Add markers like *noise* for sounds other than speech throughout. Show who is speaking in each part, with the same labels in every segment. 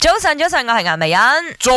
Speaker 1: 早晨，早晨，我係顏美欣。
Speaker 2: 早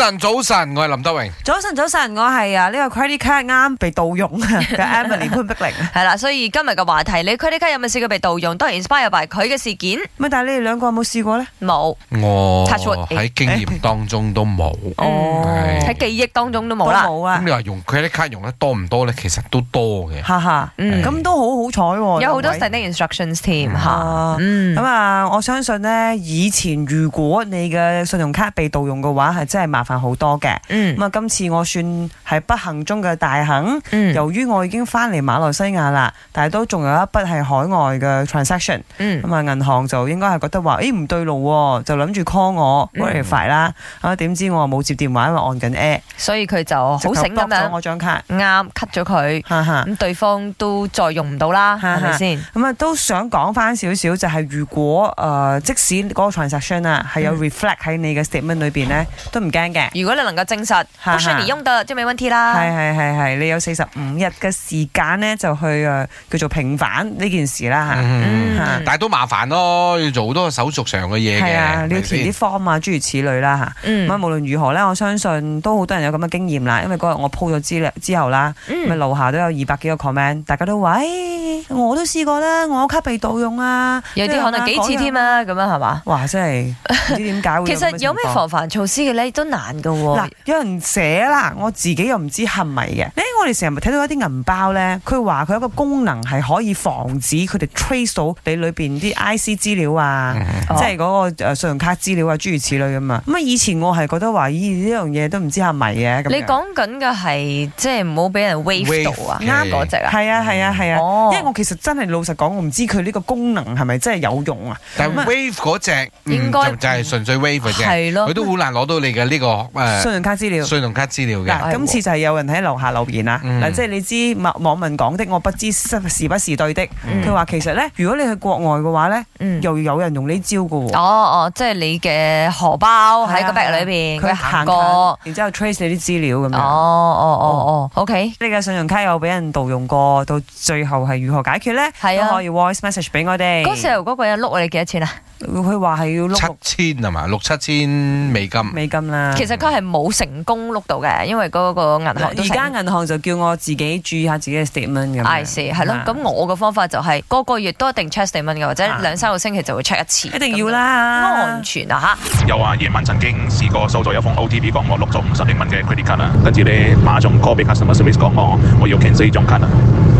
Speaker 2: 晨，早晨，我係林德榮。
Speaker 3: 早晨，早晨，我係啊呢個 credit card 啱被盜用
Speaker 1: *laughs*
Speaker 3: 啊嘅 Emily 潘碧玲。啊
Speaker 1: 係啦，所以今日嘅話題，你 credit card 有冇試過被盜用？當然 inspire by 佢嘅事件
Speaker 3: 咪但係你哋兩個有冇試過咧？
Speaker 1: 冇，
Speaker 2: 我
Speaker 1: Touch wood，
Speaker 2: 喺經驗當中都冇。
Speaker 1: 嗯
Speaker 2: 係
Speaker 1: 喺記憶當中都
Speaker 3: 都
Speaker 1: 冇啦。
Speaker 3: 哦冇
Speaker 2: 咁
Speaker 3: 啊
Speaker 2: 你，話用 credit card 用得多唔多咧？其實都多嘅。
Speaker 3: 哈哈，
Speaker 1: 嗯，
Speaker 2: 係
Speaker 3: 咁都好好彩喎。
Speaker 1: 有好多
Speaker 3: 兩位
Speaker 1: standing instructions 添吓。
Speaker 3: 啊
Speaker 1: 嗯
Speaker 3: 咁，啊，我相信咧，以前如果你嘅信用卡被盜用嘅話，係真係麻煩好多嘅。
Speaker 1: 嗯
Speaker 3: 咁啊，今次我算係不幸中嘅大幸。
Speaker 1: 嗯
Speaker 3: 由於我已經翻嚟馬來西亞啦，但係都仲有一筆係海外嘅 transaction，
Speaker 1: 嗯，
Speaker 3: 咁啊銀行就應該係覺得話，誒唔對路喎，就諗住 call 我
Speaker 1: 嗯
Speaker 3: verify 啦，啊點知我冇接電話，因為按緊 air，
Speaker 1: 所以佢就哦好
Speaker 3: 直頭
Speaker 1: 醒咁
Speaker 3: block 咗
Speaker 1: 樣，
Speaker 3: 我啊張卡，
Speaker 1: 啱 cut 咗佢，
Speaker 3: 哈哈。
Speaker 1: 咁對方都再用唔到啦，
Speaker 3: 哈
Speaker 1: 係
Speaker 3: 哈
Speaker 1: 咪先？
Speaker 3: 咁啊，都想講翻少少，就係如果誒、呃即使嗰個 transaction 啊係有
Speaker 1: 嗯
Speaker 3: reflect 喺你嘅 statement 裏邊咧，都唔驚嘅。
Speaker 1: 如果你能夠證實
Speaker 3: 哈
Speaker 1: 不是你用得，就沒問題啦。
Speaker 3: 係啊係係係，你有四十五日嘅時間咧，就去誒、呃叫做平反呢件事啦嚇。
Speaker 2: 嗯
Speaker 1: 嗯
Speaker 2: 但係都麻煩咯，要做好多手續上嘅嘢嘅。
Speaker 3: 係啊，你要填
Speaker 2: 係咪
Speaker 3: 啲 form 啊，諸如此類啦嚇。
Speaker 1: 嗯
Speaker 3: 咁啊，無論如何咧，我相信都好多人有咁嘅經驗啦。因為嗰日我 po 咗資料之後啦，咁啊
Speaker 1: 嗯
Speaker 3: 樓下都有二百幾個 comment，大家都話：，誒、我都試過啦，我卡被盜用啊，
Speaker 1: 有啲可能幾次添啊，咁樣係嘛？
Speaker 3: 哇！真係唔知點解
Speaker 1: *laughs*
Speaker 3: 會
Speaker 1: 其
Speaker 3: 實
Speaker 1: 實有咩防範措施嘅咧，都難㗎
Speaker 3: 嗱
Speaker 1: 喎。，
Speaker 3: 有人寫啦，我自己又唔知係咪嘅。咧，我哋成日咪睇到一啲銀包咧，佢話佢有一個功能係可以防止佢哋 trace 到你裏邊啲 IC 資料啊，
Speaker 1: 哦
Speaker 3: 即係嗰個誒信用卡資料啊，諸如此類咁啊。咁啊，以前我係覺得話，咦呢樣嘢都唔知係咪嘅咁樣。
Speaker 1: 你講緊嘅係即係唔好俾人 wave 到啊，啱嗰只啊。
Speaker 3: 係啊係啊係啊，
Speaker 1: 哦
Speaker 3: 因為我其實真係老實講，我唔知佢呢個功能係咪真係有用啊。
Speaker 2: 但係 wave 嗰只，
Speaker 1: 應
Speaker 2: 嗯
Speaker 1: 該
Speaker 2: 就就係純粹 wave 嘅啫，
Speaker 1: 係
Speaker 2: 佢
Speaker 1: 咯，
Speaker 2: 都好難攞到你嘅呢個
Speaker 3: 信用卡資料
Speaker 2: 誒。信用卡資料嘅。
Speaker 1: 係
Speaker 3: 嗱，今次就係有人喺樓下留言啦。
Speaker 2: 嗯
Speaker 3: 嗱，即係你知網網民講的，我不知是是不是對的。
Speaker 1: 嗯
Speaker 3: 佢話其實咧，如果你去國外嘅話咧，
Speaker 1: 嗯
Speaker 3: 又有人用呢招嘅
Speaker 1: 哦
Speaker 3: 喎。
Speaker 1: 哦，即係你嘅荷包哦喺個 bag 裏邊，佢行過。哦
Speaker 3: 啊近然之後 trace 你啲資料咁
Speaker 1: 哦
Speaker 3: 樣。
Speaker 1: 哦哦，OK，
Speaker 3: 你嘅信用卡有俾人盜用過，到最後係如何解決咧？
Speaker 1: 係啊
Speaker 3: 都可以 voice message 俾我哋。
Speaker 1: 嗰時候嗰個人碌你幾多錢啊？
Speaker 3: 佢話係要碌
Speaker 2: 七千係嘛，六七千美金。
Speaker 3: 美金啦。
Speaker 1: 其實佢係冇成功碌到嘅，因為嗰個銀行都
Speaker 3: 而家銀行就叫我自己注意下自己嘅 statement 咁樣。
Speaker 1: I see 係咯。
Speaker 3: 啊
Speaker 1: 咁我嘅方法就係個個月都一定 check 四蚊嘅，或者
Speaker 3: 啊
Speaker 1: 兩三個星期就會 check 一次。
Speaker 3: 一定要
Speaker 1: 咁
Speaker 3: 啦，
Speaker 1: 樣，安全啊嚇！
Speaker 4: 又話夜晚曾經試過收咗有封 OTP 講我碌咗五十零蚊嘅 credit card 啦，跟住咧馬上 call 俾 customer service 講我我要 cancel 呢張卡啦，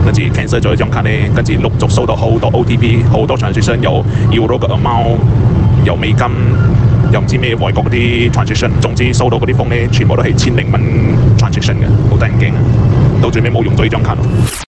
Speaker 4: 跟住 cancel 咗呢張卡咧，跟住陸續收到好多 OTP，好多 transaction 有 euro 嘅 amount，有美金，又唔知咩外國嗰啲 transaction，總之收到嗰啲封咧，全部都係千零蚊 transaction 嘅，好得人驚啊！到最尾冇用咗呢張卡咯。